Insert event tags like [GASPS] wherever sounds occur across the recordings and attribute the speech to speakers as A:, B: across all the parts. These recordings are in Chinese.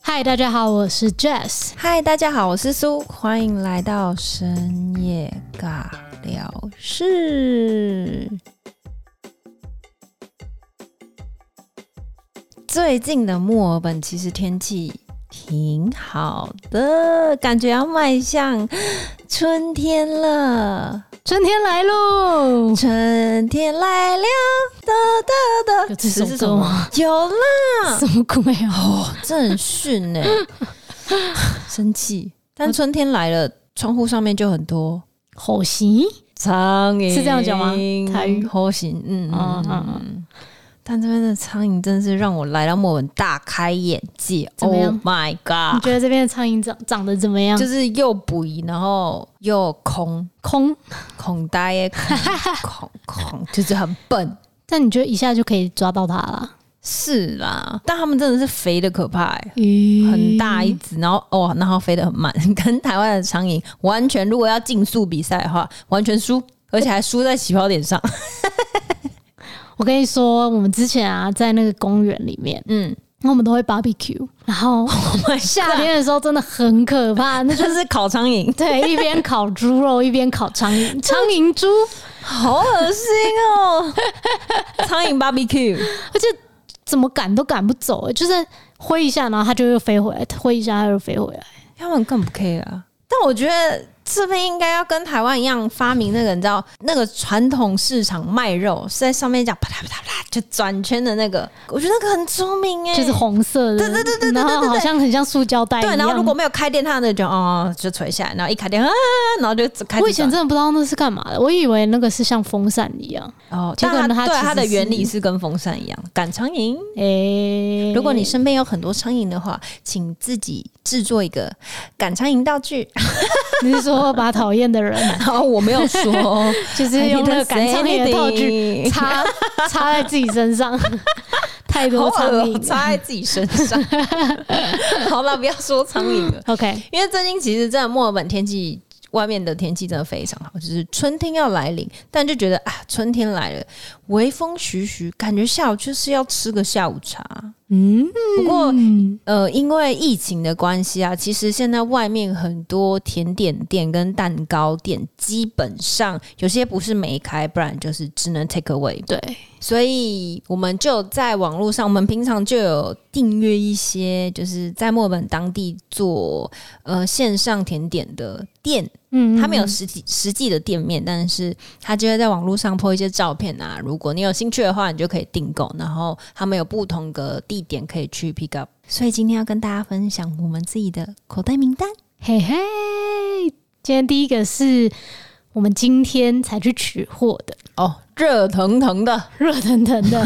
A: 嗨，大家好，我是 Jess。
B: 嗨，大家好，我是苏，欢迎来到深夜尬聊室。最近的墨尔本其实天气挺好的，感觉要迈向春天了。
A: 春天来喽！
B: 春天来了，哒哒
A: 有
B: 哒，
A: 这首
B: 词是什
A: 歌
B: 么
A: 吗？
B: 有啦，
A: 什么鬼啊没有？
B: 这很逊呢、
A: [LAUGHS]
B: 生气。但春天来了，窗户上面就很多
A: 好行，
B: 苍蝇，
A: 是这样讲吗台语
B: 猴形，嗯
A: 嗯
B: 嗯
A: 嗯
B: 嗯嗯。但这边的苍蝇真是让我来到墨尔本大开眼界
A: 怎
B: ，Oh
A: 么样
B: my
A: 你
B: god！
A: 觉得这边的苍蝇长长得怎么样？
B: 嗯就是又不宜，然后又空
A: 空，
B: 空呆
A: [LAUGHS]
B: 耶，空空空，就是很笨。
A: 但你觉得一下就可以抓到它了？
B: 是啦，但他们真的是肥的可怕、欸，
A: 咦
B: 很大一只，然后哦，然后飞得很慢， [LAUGHS] 跟台湾的苍蝇完全，如果要竞速比赛的话，完全输，而且还输在起跑点上。
A: 我跟你说，我们之前啊，在那个公园里面，
B: 嗯，
A: 那我们都会 barbecue，然
B: 哦
A: 后夏天的时候真的很可怕，
B: [LAUGHS]
A: 那就
B: [LAUGHS] 就是烤苍蝇，
A: 对，一边烤猪肉，一边烤苍
B: [LAUGHS]
A: 蝇，苍蝇猪，
B: 好恶心哦！ [LAUGHS] 苍蝇 barbecue，
A: 而且怎么赶都赶不走、就是挥一下，然后它就又飞回来，挥一下它又飞回来。
B: 他们更不 care 啊。但我觉得这边应该要跟台湾一样，发明那个你知道那个传统市场卖肉是在上面讲啪嗒啪嗒啪嗒就转圈的那个，我觉得那个很聪明哎、
A: 就是红色的，对对对对然后好像很像塑胶袋一
B: 对，
A: 样。
B: 然后如果没有开店，它那就哦就垂下来，然后一开店啊，然后就开始
A: 我以前
B: 转
A: 真的不知道那是干嘛的，我以为那个是像风扇一样。
B: 哦，
A: 结果
B: 但
A: 它
B: 对
A: 其实
B: 它的
A: 是
B: 原理是跟风扇一样赶苍蝇。
A: 诶、
B: 如果你身边有很多苍蝇的话，请自己制作一个赶苍蝇道 [LAUGHS] 具。
A: 你是说把讨厌的人，
B: [LAUGHS] 哦，我没有说，
A: 就是用那个赶苍蝇的道具
B: 具
A: 插插在自己身上， [LAUGHS] 太多苍蝇了。
B: 插在自己身上。 [LAUGHS] 好了，不要说苍蝇了，
A: OK，
B: 因为最近其实，在墨尔本天气。外面的天气真的非常好，就是春天要来临，但就觉得啊，春天来了，微风徐徐，感觉下午就是要吃个下午茶。
A: 嗯，
B: 不过
A: 嗯
B: 呃，因为疫情的关系啊，其实现在外面很多甜点店跟蛋糕店，基本上有些不是没开，不然就是只能 take away。
A: 对，
B: 所以我们就在网络上，我们平常就有订阅一些就是在墨尔本当地做呃线上甜点的店，
A: 嗯，
B: 它没有
A: 嗯
B: 实体实际的店面，但是它就会在网络上 po 一些照片啊。如果你有兴趣的话，你就可以订购。然后他们有不同的地点可以去 pick up。所以今天要跟大家分享我们自己的口袋名单。
A: 嘿嘿。今天第一个是我们今天才去取货的，
B: 哦，热腾腾的，
A: 热腾腾的，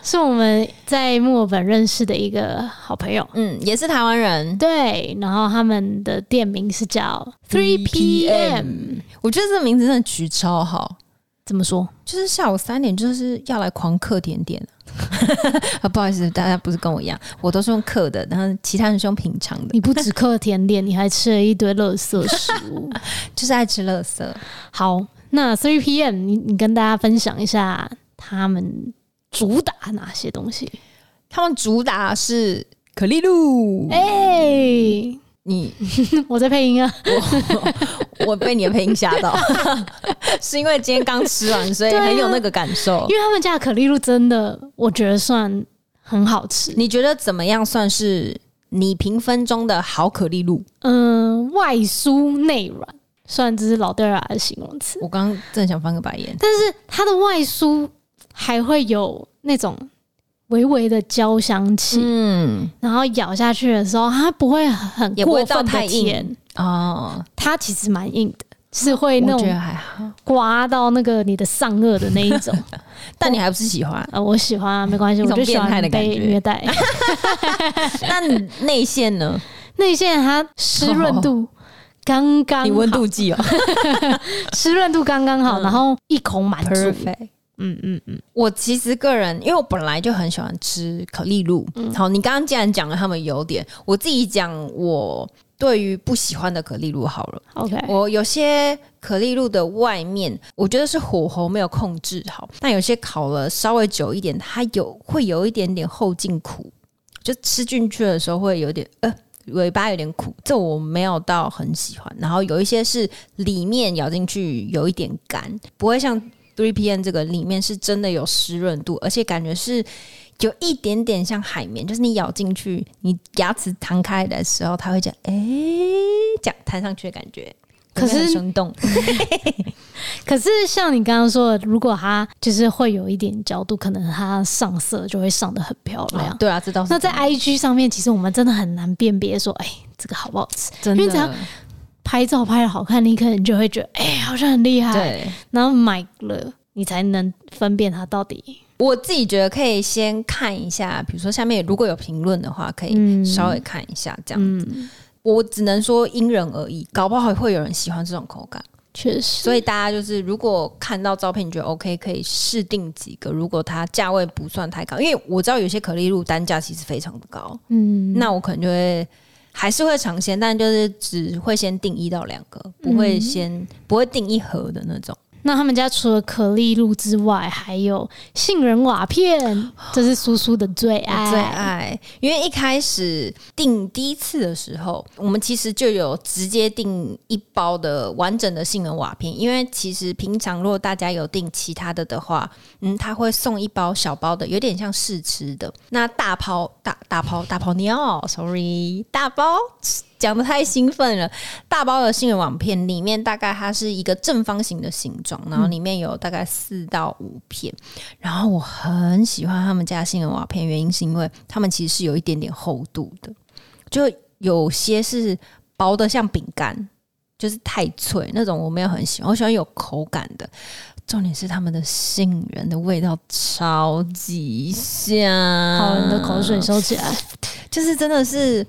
A: 是我们在墨尔本认识的一个好朋友。
B: 嗯，也是台湾人。
A: 对，然后他们的店名是叫 Three PM，
B: 我觉得这名字真的取超好。
A: 怎么说？
B: 就是下午三点就是要来狂嗑甜点。 [LAUGHS] 啊，不好意思，大家不是跟我一样，我都是用嗑的，然后其他人是用品尝的，
A: 你不止嗑甜点，你还吃了一堆垃圾食物。
B: 就是爱吃垃圾。
A: 好，那 Three PM，你你跟大家分享一下他们主打哪些东西？
B: 他们主打是可丽露，
A: 哎、
B: 你
A: 我在配音啊，
B: 我 [LAUGHS] 被你的配音吓到，是因为今天刚吃完，所以
A: 对啊
B: 很有那个感受。
A: 因为他们家的可丽露真的，我觉得算很好吃。
B: 你觉得怎么样算是你评分中的好可丽露？
A: 嗯、外酥内软，算这是老掉牙的形容词。
B: 我刚刚正想翻个白眼，
A: 但是它的外酥还会有那种微微的焦香气，
B: 嗯，
A: 然后咬下去的时候，它不会很
B: 也不
A: 过
B: 会到
A: 分的
B: 太硬
A: 甜，
B: 哦，
A: 它其实蛮硬的，是会那
B: 哎我觉得
A: 种
B: 还好，
A: 刮到那个你的上颚的那一
B: [LAUGHS]
A: 种。
B: 但你还不是喜 [LAUGHS] 欢？
A: 呃，我喜欢啊，没关系，
B: 一
A: 我
B: 种
A: 就喜
B: 变态
A: 欢
B: 的感
A: 被
B: 觉
A: 虐
B: [LAUGHS]
A: 待。
B: 那你内馅呢？
A: 内馅它湿润度刚刚
B: [LAUGHS] 你温
A: 好，
B: 度计哦
A: 湿润度刚刚好，然后一口满足。
B: ，perfect。
A: 嗯嗯嗯，
B: 我其实个人，因为我本来就很喜欢吃可丽露。好，你刚刚既然讲了他们优点，我自己讲我对于不喜欢的可丽露好了。
A: ，OK，
B: 我有些可丽露的外面，我觉得是火候没有控制好，但有些烤了稍微久一点，它有会有一点点后劲苦。就吃进去的时候会有点呃。尾巴有点苦，这我没有到很喜欢。然后有一些是里面咬进去有一点干，不会像 Three PM 这个里面是真的有湿润度，而且感觉是有一点点像海绵，就是你咬进去，你牙齿弹开的时候，它会讲哎、这样弹上去的感觉。
A: 可是
B: 有没有很生动，
A: 可是像你刚刚说的，如果它就是会有一点角度，可能它上色就会上的很漂亮。
B: 哦对啊，这倒是
A: 嗯那在
B: 真
A: IG 上面，其实我们真的很难辨别说，哎、这个好不好吃？
B: 的真
A: 因为只要
B: 的
A: 拍照拍的好看，你可能就会觉得，哎、好像很厉害。
B: 对。
A: 然后买了，你才能分辨它到底。
B: 我自己觉得可以先看一下，比如说下面如果有评论的话，可以
A: 嗯
B: 稍微看一下这样。
A: 嗯，
B: 我只能说因人而异，搞不好会有人喜欢这种口感。
A: 确实。
B: 所以大家就是，如果看到照片你觉得 OK，可以试定几个。如果它价位不算太高，因为我知道有些可丽露单价其实非常的高，
A: 嗯，
B: 那我可能就会还是会尝鲜，但就是只会先定一到两个，不会
A: 嗯
B: 先、不会定一盒的那种。
A: 那他们家除了可丽露之外，还有杏仁瓦片，这是苏苏的最爱。
B: 我最爱，因为一开始订第一次的时候，我们其实就有直接订一包的完整的杏仁瓦片，因为其实平常如果大家有订其他的的话，嗯，他会送一包小包的，有点像试吃的。那大泡大大泡大泡尿，sorry，大包。讲的太兴奋了，大包的杏仁网片里面大概它是一个正方形的形状，然后里面有大概四到五片，然后我很喜欢他们家杏仁瓦片，原因是因为他们其实是有一点点厚度的，就有些是薄的像饼干，就是太脆那种，我没有很喜欢。我喜欢有口感的。重点是他们的杏仁的味道超级香，
A: 好，你的口水收起来。
B: 就是真的是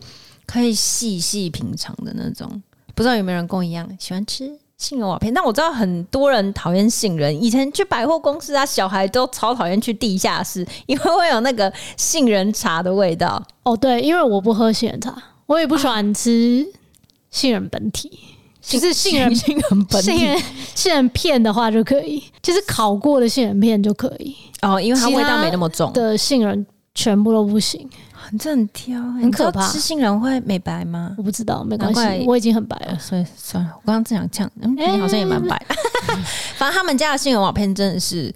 B: 可以细细品尝的那种。不知道有没有人跟我一样喜欢吃杏仁瓦片？但我知道很多人讨厌杏仁。以前去百货公司啊，小孩都超讨厌去地下室，因为会有那个杏仁茶的味道。
A: 哦，对，因为我不喝杏仁茶，我
B: 啊
A: 也不喜欢吃杏仁本体，就是杏仁
B: [LAUGHS] 杏仁本
A: 杏
B: 体
A: 仁杏仁片的话就可以，就是烤过的杏仁片就可以，
B: 哦，因为它
A: 其他
B: 味道没那么重，
A: 的杏仁全部都不行。
B: 很很挑、欸，
A: 很可怕
B: 你知道吃杏仁会美白吗？
A: 我不知道，没关
B: 难
A: 系
B: 怪，
A: 我已经很白
B: 哦
A: 了。
B: 所以算了，我刚刚正想呛，嗯，
A: 哎
B: 你好像也蛮白。哎 [LAUGHS] 反正他们家的杏仁瓦片真的是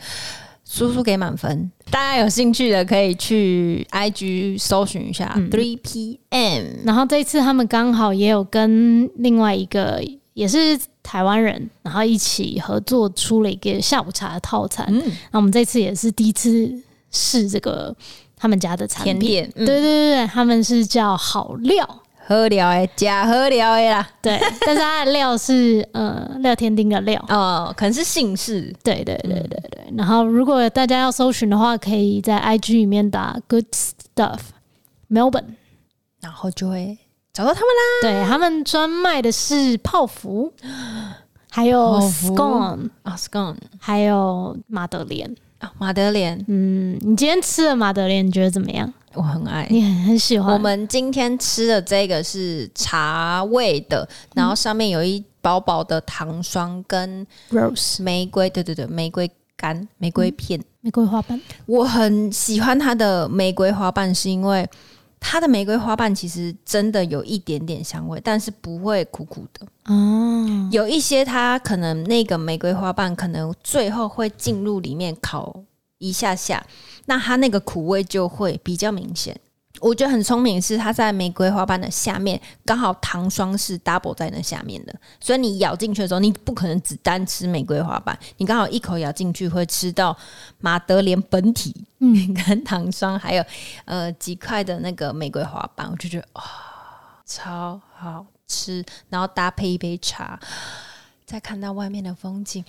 B: 叔叔给满分，大家有兴趣的可以去 IG 搜寻一下 Three PM，
A: 然后这一次他们刚好也有跟另外一个也是台湾人，然后一起合作出了一个下午茶的套餐。
B: 嗯
A: 那我们这次也是第一次试这个他们家的产
B: 甜
A: 品。
B: 点，嗯
A: 对对对对，他们是叫好料，
B: 喝聊哎，假喝聊哎啦，
A: [LAUGHS] 对，但是它的料是呃廖天丁的料，
B: 哦，可能是姓氏，
A: 对对对对对。然后如果大家要搜寻的话，可以在 IG 里面打 Good Stuff Melbourne，
B: 然后就会找到他们
A: 对他们专卖的是泡
B: [GASPS]
A: 芙，还有
B: 泡芙
A: scone，
B: 啦。啊 s c o n
A: 还有马德莲。
B: 啊，马德莲，
A: 嗯，你今天吃了马德莲，你觉得怎么样？
B: 我很爱。
A: 你很很喜欢？
B: 哎我们今天吃的这个是茶味的，然后上面有一薄薄的糖霜跟
A: Rose
B: 玫瑰，对对对，玫瑰干、玫瑰片。
A: 玫瑰花瓣，
B: 我很喜欢它的玫瑰花瓣，是因为它的玫瑰花瓣其实真的有一点点香味，但是不会苦苦的。
A: 哦，
B: 有一些它可能那个玫瑰花瓣可能最后会进入里面烤一下下，那它那个苦味就会比较明显。我觉得很聪明的是它在玫瑰花瓣的下面刚好糖霜是 double 在那下面的，所以你咬进去的时候，你不可能只单吃玫瑰花瓣，你刚好一口咬进去会吃到马德莲本体，嗯，跟糖霜还有呃几块的那个玫瑰花瓣，我就觉得哇、超好吃，然后搭配一杯茶，再看到外面的风景，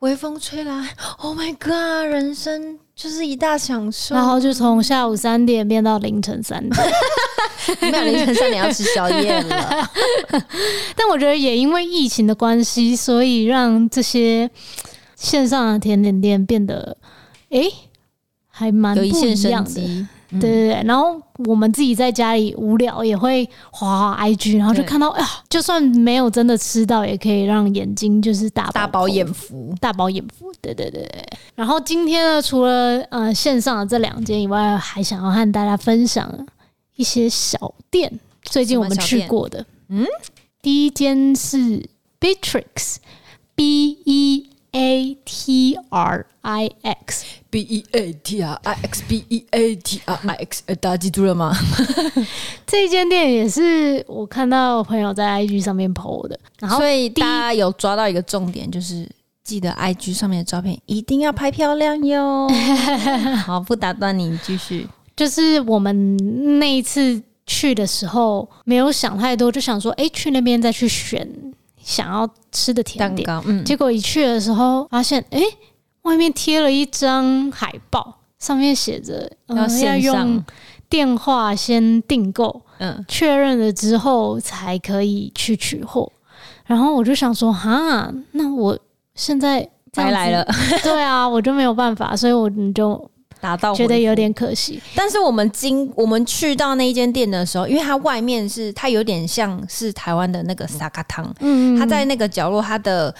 B: 微风吹来，Oh my god，人生就是一大享受。
A: 然后就从下午三点变到凌晨三点。
B: 没有凌晨三点要吃宵夜
A: [LAUGHS]
B: 了，
A: 但我觉得也因为疫情的关系，所以让这些线上的甜点店变得，诶，还蛮不
B: 有一线
A: 一
B: 生
A: 样的。
B: 机。嗯
A: 对对对，然后我们自己在家里无聊也会滑滑 IG，然后就
B: 对
A: 看到，哎呀，就算没有真的吃到，也可以让眼睛就是大
B: 大饱
A: 口
B: 眼福，
A: 大饱眼福，对对对。对然后今天呢，除了呃线上的这两间以外，还想要和大家分享一些小店，最近我们去过的。
B: 嗯，
A: 第一间是 Beatrix，B E A T R I X，
B: B E A T R I X B E A T R I X，呃大家记住了吗？
A: 这间店也是我看到朋友在 IG 上面 PO 的，然后
B: 所以
A: 第一
B: 大家有抓到一个重点，就是记得 IG 上面的照片一定要拍漂亮
A: [LAUGHS]
B: 哟。好，不打断你，继续。
A: 就是我们那一次去的时候没有想太多，就想说，哎、去那边再去选想要吃的甜
B: [LAUGHS] 蛋
A: 点。
B: 糕，嗯，
A: 结果一去的时候发现，哎、外面贴了一张海报，上面写着、呃、
B: 要
A: 要
B: 线
A: 用
B: 上，
A: 电话先订购，
B: 嗯，
A: 确认了之后才可以去取货。然后我就想说，哈，那我现在这样
B: 白
A: 子
B: 来了，，
A: [LAUGHS] 对啊，我就没有办法，所以我就
B: 打到
A: 觉
B: 回
A: 得
B: 复
A: 有。点可
B: [LAUGHS]
A: 惜。
B: 但是我们经我们去到那一间店的时候，因为它外面是它有点像是台湾的那个沙咖汤，
A: 嗯，
B: 它在那个角落，它的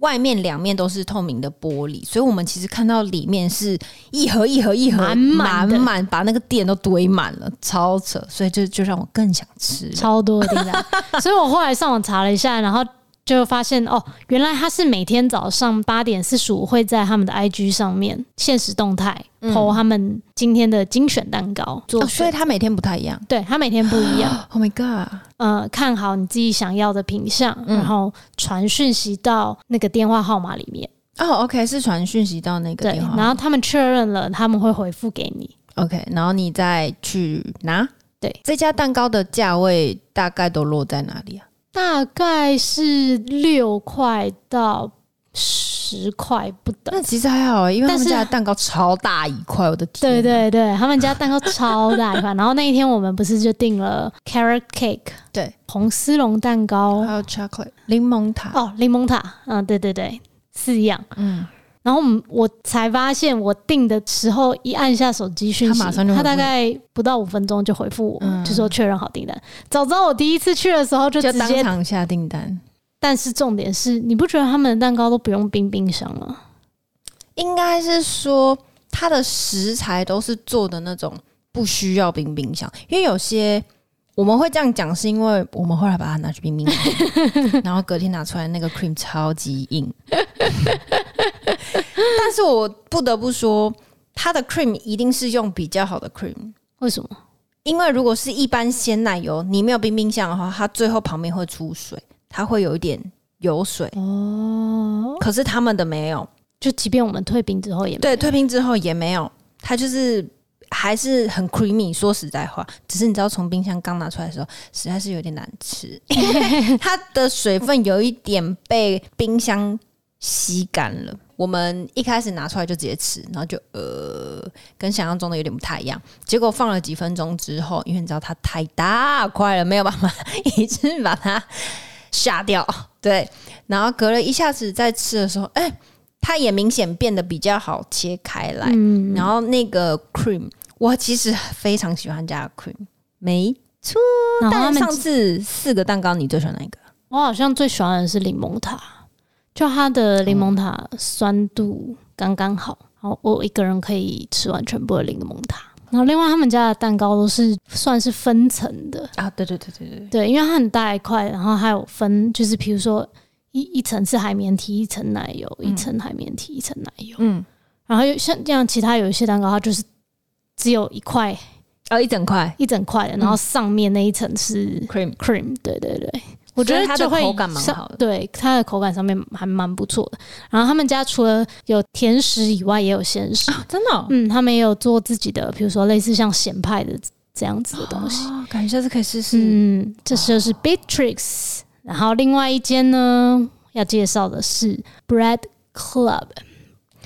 B: 外面两面都是透明的玻璃，所以我们其实看到里面是一盒一盒一盒
A: 满满的
B: 满满把那个店都堆满了，超扯，所以这就让我更想吃了。
A: 超多的地 [LAUGHS] 方，所以我后来上网查了一下，然后就发现哦，原来他是每天早上八点四十五会在他们的 IG 上面现实动态
B: 嗯
A: PO 他们今天的精选蛋糕做
B: 哦所
A: 选，
B: 以它每天不太一样。
A: 对他每天不一 [GASPS] 样，
B: Oh my god！
A: 呃，看好你自己想要的品相，然后传讯息到那个电话号码里面，
B: 哦、o k 是传讯息到那个
A: 对
B: 电话，，
A: 然后他们确认了，他们会回复给你。
B: OK，然后你再去拿。
A: 对，
B: 这家蛋糕的价位大概都落在哪里啊？
A: 大概是六块到十块不等，
B: 那其实还好、欸，因为他
A: 但
B: 们
A: 是
B: 家的蛋糕超大一块，我的天！
A: 对，对对，他们家蛋糕超大一块。然后那一天我们不是就订了 carrot cake，
B: 对，
A: 红丝绒蛋糕
B: 还有 chocolate 柠檬塔，
A: 哦，柠檬塔，嗯，对对对，四样。
B: 嗯，
A: 然后我们我才发现，我订的时候一按下手机讯息，
B: 他马上就
A: 他
B: 回
A: 大
B: 复
A: 概不到五分钟就回复我，
B: 嗯
A: 就说确认好订单。早知道我第一次去的时候就
B: 就
A: 直
B: 当
A: 接，
B: 场下订单。
A: 但是重点是，你不觉得他们的蛋糕都不用冰冰箱吗？
B: 应该是说它的食材都是做的那种不需要冰冰箱，因为有些我们会这样讲，是因为我们后来把它拿去冰冰箱， [LAUGHS] 然后隔天拿出来那个 cream 超级硬。但是我不得不说，它的 cream 一定是用比较好的 cream。
A: 为什么？
B: 因为如果是一般鲜奶油，你没有冰冰箱的话，它最后旁边会出水，它会有一点油水。
A: 哦，
B: 可是他们的没有，
A: 就即便我们退冰之后也没
B: 对，退冰之后也没有，它就是还是很 creamy。说实在话，只是你知道，从冰箱刚拿出来的时候，实在是有点难
A: [LAUGHS]
B: 吃，因为它的水分有一点被冰箱吸干了。我们一开始拿出来就直接吃，然后就呃，跟想象中的有点不太一样。结果放了几分钟之后，因为你知道它太大块了，没有办法 [LAUGHS] 一次把它下掉。对，然后隔了一下子再吃的时候，哎、它也明显变得比较好切开来。
A: 嗯，
B: 然后那个 cream，我其实非常喜欢加 cream，没。
A: 然后他
B: 但
A: 们
B: 上次四个蛋糕，你最喜欢哪一个？
A: 我好像最喜欢的是柠檬塔，就它的柠檬塔酸度刚刚好，然后我一个人可以吃完全部的柠檬塔。然后另外他们家的蛋糕都是算是分层的，
B: 啊，对对对对对，
A: 对，因为它很大一块，然后还有分，就是比如说一一层是海绵体，一层奶油，一层海绵体，一层奶油。
B: 嗯，
A: 然后有像这样，其他有一些蛋糕它就是只有一块
B: 哦，一整块
A: 一整块的，然后上面那一层是
B: [LAUGHS] cream，
A: cream，对对对，我觉得
B: 它
A: 就
B: 的
A: 会
B: 口感蛮
A: 上
B: 好的。
A: 对它的口感上面还蛮不错的。然后他们家除了有甜食以外，也有咸食。
B: 啊真的哦
A: [CLEARS THROAT] 嗯，他们也有做自己的，比如说类似像咸派的这样子的东西。
B: 哦，感觉下次可以试试。
A: 嗯，这就是 Beatrix。然后另外一间呢，要介绍的是 Bread Club。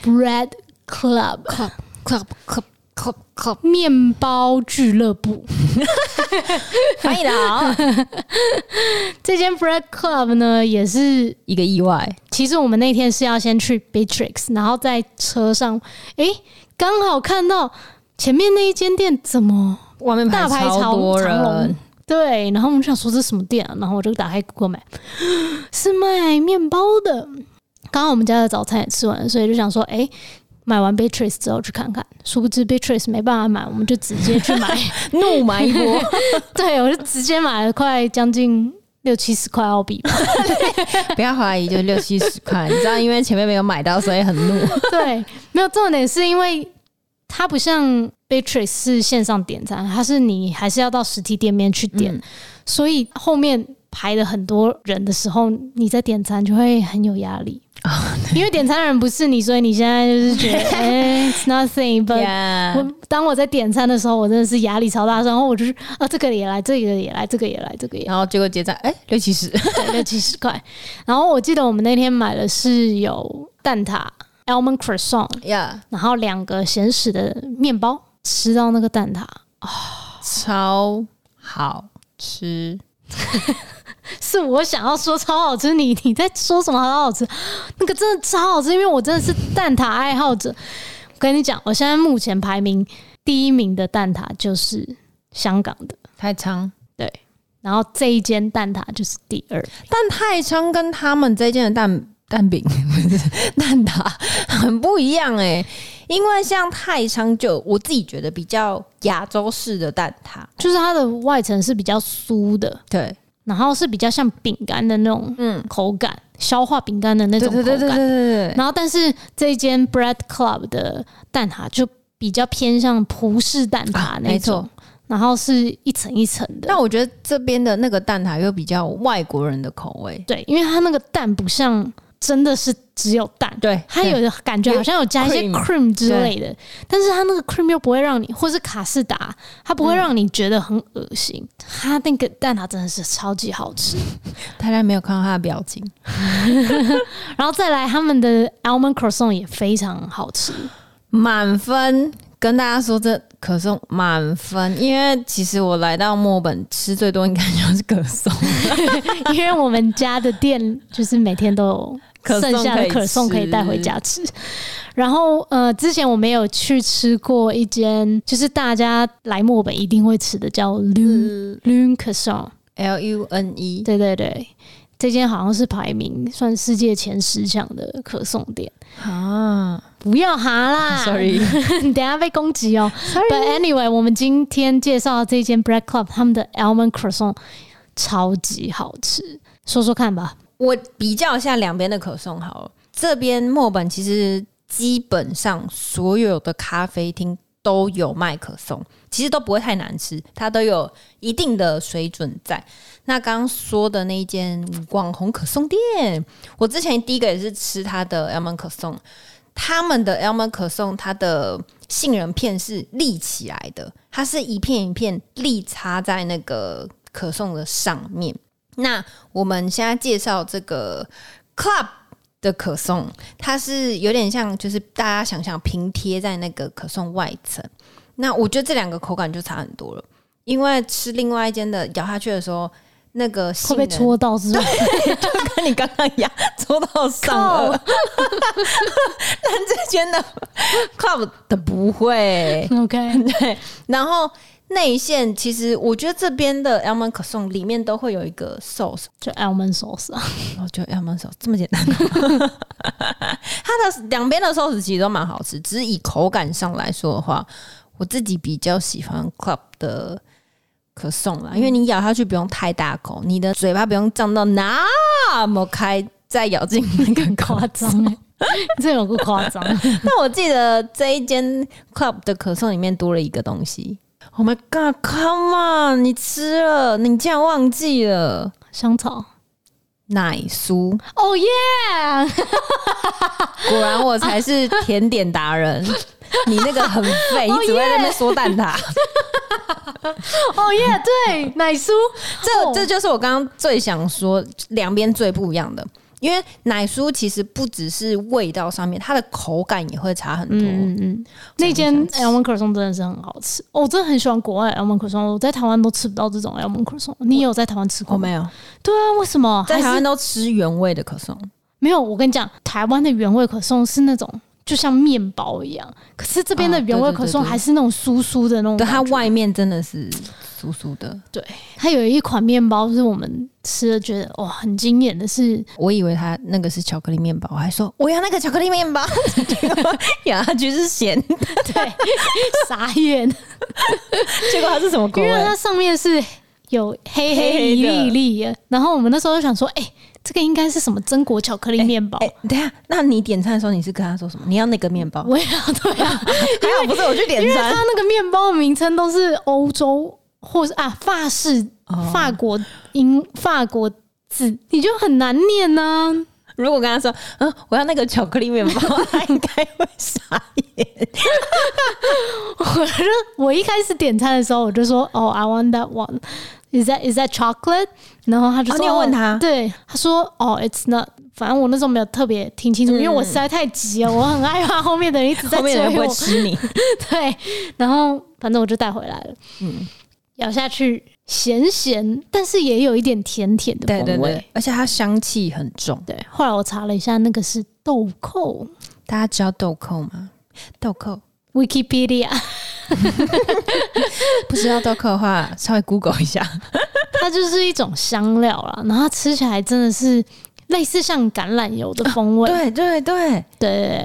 A: Bread Club
B: club club club club club，
A: 面包俱乐部，
B: 翻译的好，
A: 这间 Bread Club 呢，也是
B: 一个意外，
A: 其实我们那天是要先去 Beatrix，然后在车上，诶，刚好看到前面那一间店怎么
B: 外面
A: 大排
B: 超
A: 长
B: 多
A: 长龙
B: [LAUGHS] 人，？
A: 对，然后我们想说这是什么店啊？然后我就打开 Google Map，是卖面包的。刚刚我们家的早餐也吃完了，所以就想说，诶，买完 Beatrice 之后去看看，殊不知 Beatrice 没办法买，我们就直接去买，
B: [LAUGHS] 怒买一波，
A: 对我就直接买了快将近六七十块澳币吧。
B: [LAUGHS] 不要怀疑，就六七十块。你知道，因为前面没有买到，所以很怒。
A: 对，没有重点是因为它不像 Beatrice 是线上点餐，它是你还是要到实体店面去点，
B: 嗯
A: 所以后面排了很多人的时候，你在点餐就会很有压
B: [LAUGHS]
A: 力。
B: 哦
A: 因为点餐的人不是你，所以你现在就是觉得，哎、i t s nothing。But
B: [LAUGHS] Yeah
A: 我当我在点餐的时候，我真的是压力超大，然后我就是啊，这个也来，这个也来，这个也来，这个也来，
B: 然后结果结账，哎、六七十，
A: 对六七十块。然后我记得我们那天买的是有蛋挞、almond croissant，
B: 呀、
A: 然后两个咸食的面包，吃到那个蛋挞，
B: 超好吃。
A: 是我想要说超好吃，你你在说什么好好吃？那个真的超好吃，因为我真的是蛋挞爱好者。我跟你讲，我现在目前排名第一名的蛋挞就是香港的，
B: 太仓，
A: 然后这一间蛋挞就是第二。
B: 但太仓跟他们这间的蛋蛋饼 [LAUGHS] 蛋挞很不一样哎、因为像太仓就我自己觉得比较亚洲式的蛋挞，
A: 就是它的外层是比较酥的，
B: 对，
A: 然后是比较像饼干的那种
B: 嗯，
A: 口感，消化饼干的那
B: 对
A: 种口感。
B: 对对对对对对，
A: 然后，但是这间 Bread Club 的蛋挞就比较偏向葡式蛋挞
B: 啊
A: 那
B: 没
A: 种，
B: 错
A: 然后是一层一层的。
B: 但我觉得这边的那个蛋挞又比较外国人的口味，
A: 对，因为它那个蛋不像真的是只有蛋，
B: 对，
A: 它有的感觉好像有加一些
B: 有
A: cream 之类的，但是它那个 cream 又不会让你，或是卡士达，它
B: 嗯
A: 不会让你觉得很恶心。它那个蛋挞真的是超级好吃，
B: 大家没有看到他的表情，
A: 然后再来他们的 almond croissant 也非常好 [LAUGHS] 吃。
B: 满分。跟大家说这可颂满分，因为其实我来到墨尔本吃最多应该就是可颂，
A: 因为我们家的店就是每天都有
B: 可颂
A: 剩下的可颂
B: 可
A: 可
B: 以
A: 以带回家吃。然后呃，之前我们有去吃过一间，就是大家来墨尔本一定会吃的，叫 Lun Lun c r o i s s a n
B: [LAUGHS] L U N E，
A: 对对对，这间好像是排名算世界前十强的可颂店。
B: [LAUGHS] 啊
A: 不要哈啦
B: ，sorry，
A: [LAUGHS] 等一下被攻击哦。But anyway，我们今天介绍的这间 Bread Club 他们的 almond croissant 超级好吃，说说看吧。
B: 我比较一下两边的可颂好了。这边墨本其实基本上所有的咖啡厅都有卖可颂，其实都不会太难吃，它都有一定的水准在。那刚刚说的那一间网红可颂店，我之前第一个也是吃它的 almond 可颂，他们的 almond 可颂它的杏仁片是立起来的，它是一片一片立插在那个可颂的上面。那我们现在介绍这个 club 的可颂，它是有点像，就是大家想象平贴在那个可颂外层。那我觉得这两个口感就差很多了，因为吃另外一间的咬下去的时候，那个
A: 会
B: 杏
A: 被
B: 仁
A: 戳到是吧？
B: [LAUGHS] 跟你刚刚一样，戳到上颚。 [LAUGHS] 但这间的 club 的不会，
A: OK，
B: 对。然后内馅其实我觉得这边的 almond 可颂里面都会有一个 sauce，
A: 就 almond sauce 啊，
B: 然后就 almond sauce 这么简单。 [LAUGHS] 它的两边的 sauce 其实都蛮好吃，只是以口感上来说的话，我自己比较喜欢 club 的。可颂啦，因为你咬下去不用太大口，你的嘴巴不用张到那么开，再咬进那个口
A: 夸张欸， [LAUGHS] 这有个夸张。
B: [LAUGHS] 但我记得这一间 club 的可颂里面多了一个东西。Oh my god！Come on，你吃了，你竟然忘记了
A: 香草，
B: 奶酥。
A: 哦耶！
B: 果然我才是甜点达 [LAUGHS] 人。你那个很废，你只会在那边说蛋挞。Oh
A: 哦耶！对，奶酥，
B: 这
A: 哦
B: 这就是我刚刚最想说两边最不一样的，因为奶酥其实不只是味道上面，它的口感也会差很多。
A: 嗯嗯嗯，
B: 哦
A: 那间 almond croissant 真的是很好吃，哦我真的很喜欢国外的 almond croissant，我在台湾都吃不到这种 almond croissant。你有在台湾吃
B: 我、
A: 过吗？
B: 哦没有，
A: 对啊，为什么？
B: 在
A: 还是
B: 台湾都吃原味的可颂。
A: 没有，我跟你讲，台湾的原味可颂是那种就像面包一样，可是这边的
B: 啊
A: 原味
B: 对对
A: 可颂
B: 对对
A: 还是那种酥酥的那种
B: 对，
A: 感觉，
B: 它外面真的是酥酥的。
A: 它有一款面包是我们吃了觉得哇哦很惊艳的
B: [LAUGHS]
A: 是，
B: 我以为它那个是巧克力面包，我还说我要那个巧克力面 [LAUGHS] 包，结果咬下去是咸，
A: 对， [LAUGHS] 傻
B: [LAUGHS]
A: 眼，
B: 结果它是什么口
A: 因
B: 味？
A: 为它上面是有黑黑一粒一粒的。然后我们那时候就想说，哎、这个应该是什么榛果巧克力面包？
B: 哎、等一下，那你点餐的时候你是跟他说什么？你要那个面包？
A: 我也要对啊，
B: 还好不是我去点
A: 因为它
B: 餐，
A: 那个面包的名称都是欧洲或是啊法式、
B: 哦
A: 法国英法国字，你就很难念呢、 [LAUGHS]
B: 如果跟他说，嗯，我要那个巧克力面包，他应该会傻眼。
A: 我就我一开始点餐的时候，我就说哦、i want that one。Is that is that chocolate？然后他就
B: 哦
A: 说，
B: 你有问他
A: 对，他说哦、i t s not。反正我那时候没有特别听清楚，因为我实在太急了，我很害怕后面的人一直在
B: 嗯后面的人
A: 追
B: 不
A: 我
B: 会。吃你，
A: [LAUGHS] 对，然后反正我就带回来了，
B: 嗯，
A: 咬下去咸咸，但是也有一点甜甜的风
B: 对
A: 味。
B: 对对，而且它香气很重。
A: 对后来我查了一下，那个是豆蔻
B: 大家知道豆蔻吗？豆蔻
A: （Wikipedia）， [LAUGHS]
B: 不知道豆蔻的话，稍微 Google 一下。
A: 它就是一种香料啦，然后它吃起来真的是类似像橄榄油的风味，
B: 啊对对对，
A: 对对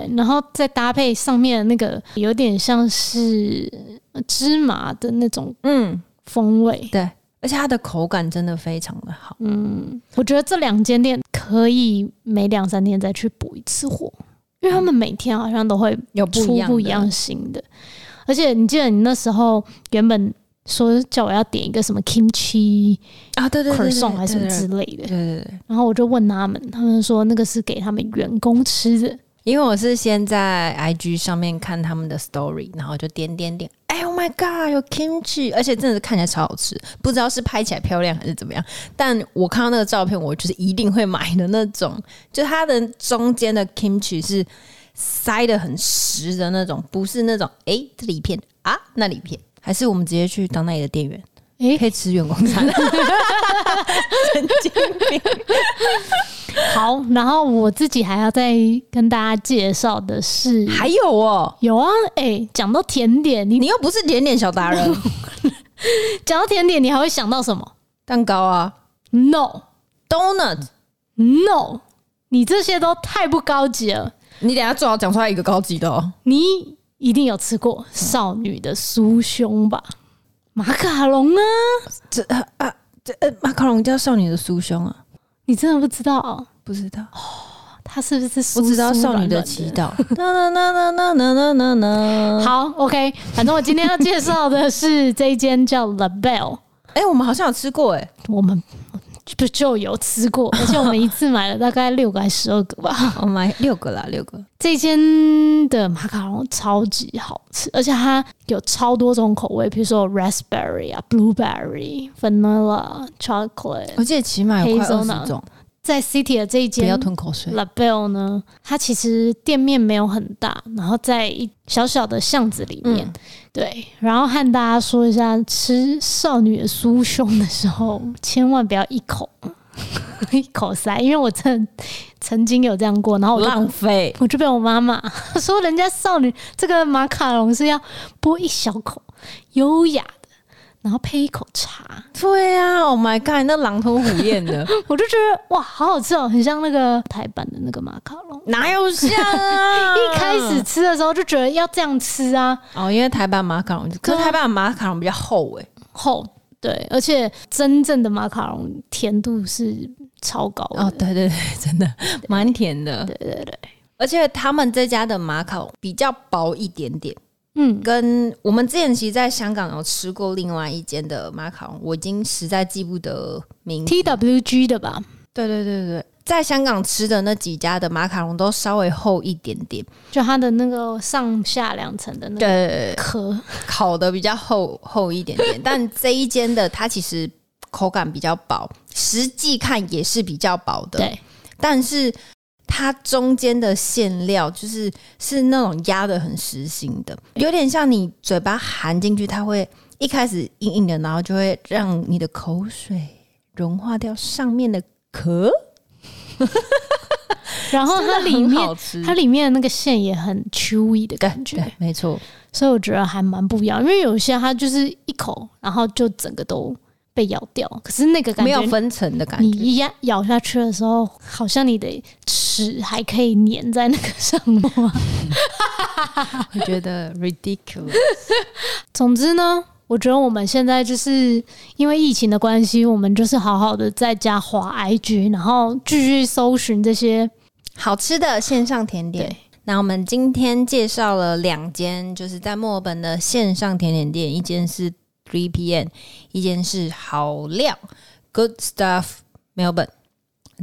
A: 对，然后再搭配上面的那个有点像是呃芝麻的那种
B: 嗯
A: 风味。
B: 对，而且它的口感真的非常的好。
A: 嗯，我觉得这两间店可以每两三天再去补一次货，因为他们每天好像都会
B: 有
A: 出不一样新的。而且你记得你那时候原本说叫我要点一个什么 kimchi
B: 啊，对对
A: c r
B: 对对对
A: s o n 还是什么
B: 对
A: 之类
B: 对
A: 的，
B: 对对对，
A: 然后我就问他们，他们说那个是给他们员工吃的。
B: 因为我是先在 IG 上面看他们的 story，然后就点点点，哎，Oh my god，有 kimchi，而且真的是看起来超好吃，不知道是拍起来漂亮还是怎么样，但我看到那个照片，我就是一定会买的那种，就它的中间的 kimchi 是塞的很实的那种，不是那种哎、这里一片啊那里一片，还是我们直接去当那里的店员，
A: 诶
B: 可以吃员工餐，神经病。
A: 好，然后我自己还要再跟大家介绍的是，
B: 还有哦，
A: 有啊，诶，讲到甜点，你
B: 你又不是点点小达人，
A: 讲到甜点，你还会想到什么
B: 蛋糕啊
A: ？No
B: ，donut，
A: No，你这些都太不高级了。
B: 你等一下最好讲出来一个高级的哦。
A: 你一定有吃过少女的酥胸吧？马卡龙啊，
B: 这呃啊，这呃，马卡龙叫少女的酥胸啊，
A: 你真的不知道哦、
B: 不知道，
A: 它是不是酥酥
B: 我只知道少女
A: 软
B: 的
A: 软
B: 祈祷。呐呐呐呐呐呐呐 [LAUGHS] 呐。
A: 好，OK，反正我今天要介绍的是这一间叫 La Belle，
B: 哎、我们好像有吃过哎、
A: 我们就就有吃过，而且我们一次买了大概六个还是十二个吧。
B: 我哦买六个啦，六个。
A: 这间的马卡龙超级好吃，而且它有超多种口味，比如说有 raspberry 啊、blueberry、vanilla、chocolate。
B: 我记得起码有快二
A: Hazelnut
B: 十种。
A: 在 City 的这一
B: 不要
A: 间
B: 吞口水。
A: La Belle 呢，它其实店面没有很大，然后在一小小的巷子里面。
B: 嗯
A: 对，然后和大家说一下，吃少女的酥胸的时候，千万不要一口 [LAUGHS] 一口塞，因为我真的曾经有这样过，然后我就
B: 浪费，
A: 我就被我妈 [LAUGHS] 骂说，人家少女这个马卡龙是要剥一小口，优雅的，然后配一口茶，
B: 对啊，Oh my god，那狼吞虎咽的， [LAUGHS]
A: 我就觉得哇，好好吃哦，很像那个台版的那个马卡龙。
B: 哪有像啊？
A: 一开始吃的时候就觉得要这样吃啊，
B: 哦，因为台版马卡龙，可是台版马卡龙比较厚哎、
A: 厚对，而且真正的马卡龙甜度是超高的，
B: 哦，对对对，真的蛮甜的。对对对，而且他们这家的马卡龙比较薄一点点，
A: 嗯，
B: 跟我们之前其实在香港有吃过另外一间的马卡龙，我已经实在记不得名字。
A: T W G 的吧，
B: 对对对对，在香港吃的那几家的马卡龙都稍微厚一点点，
A: 就它的那个上下两层的那个
B: 对，
A: 壳，
B: 烤的比较厚厚一点点，但这一间的它其实口感比较薄，实际看也是比较薄的。
A: 对，
B: 但是它中间的馅料就是是那种压的很实心的，有点像你嘴巴含进去，它会一开始硬硬的，然后就会让你的口水融化掉上面的壳。
A: 然后哦它里
B: 真的很
A: 面
B: 好吃，
A: 它里面的那个馅也很 chewy 的感
B: 对
A: 觉
B: 对，，没错，
A: 所以我觉得还蛮不一样。因为有些它就是一口，然后就整个都被咬掉，可是那个感
B: 没
A: 觉
B: 有分层的感
A: 你
B: 觉。
A: 一压咬下去的时候，好像你的齿还可以粘在那个上
B: [LAUGHS]
A: 面。
B: 我觉得 ridiculous。
A: 总之呢，我觉得我们现在就是因为疫情的关系，我们就是好好的在家滑 IG，然后继续搜寻这些。
B: 好吃的线上甜点
A: 对。
B: 那我们今天介绍了两间，就是在墨尔本的线上甜点店，一间是 Three PM，一间是好料 Good Stuff Melbourne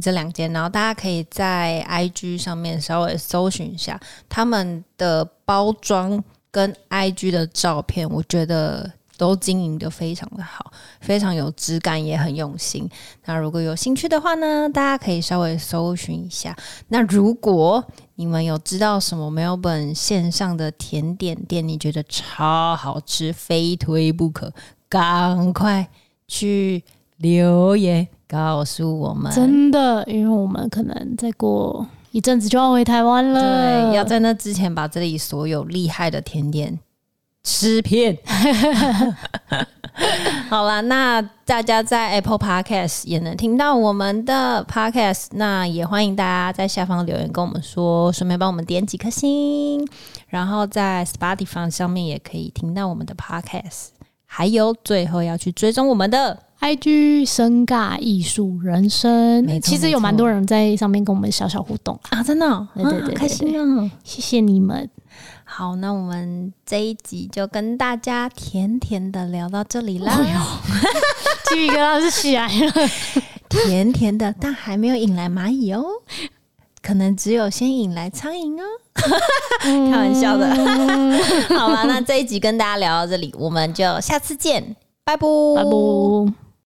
B: 这两间，然后大家可以在 IG 上面稍微搜寻一下他们的包装跟 IG 的照片，我觉得都经营的非常的好，非常有质感，也很用心。那如果有兴趣的话呢，大家可以稍微搜寻一下。那如果你们有知道什么没有本线上的甜点店，你觉得超好吃，非推不可，赶快去留言告诉我们。
A: 真的，因为我们可能再过一阵子就要回台湾了，
B: 对，要在那之前把这里所有厉害的甜点吃遍。 [LAUGHS] 好啦，那大家在 Apple Podcast 也能听到我们的 Podcast，那也欢迎大家在下方留言跟我们说，顺便帮我们点几颗星，然后在 Spotify 上面也可以听到我们的 Podcast，还有最后要去追踪我们的。
A: IG 生尬艺术人
B: 没
A: 生，
B: 错
A: 其实有蛮
B: 没错
A: 多人在上面跟我们小小互动啊，
B: 啊，真的、哦，
A: 对对对
B: 啊
A: 对
B: 开心啊！
A: 谢谢你们，
B: 好，那我们这一集就跟大家甜甜的聊到这里啦。
A: 鸡皮疙瘩是起来了，
B: 甜甜的，但还没有引来蚂蚁哦，可能只有先引来苍蝇哦。
A: 嗯
B: 开玩笑 [LAUGHS] 的，好吧，那这一集跟大家聊到这里，我们就下次见，拜拜。
A: 拜拜。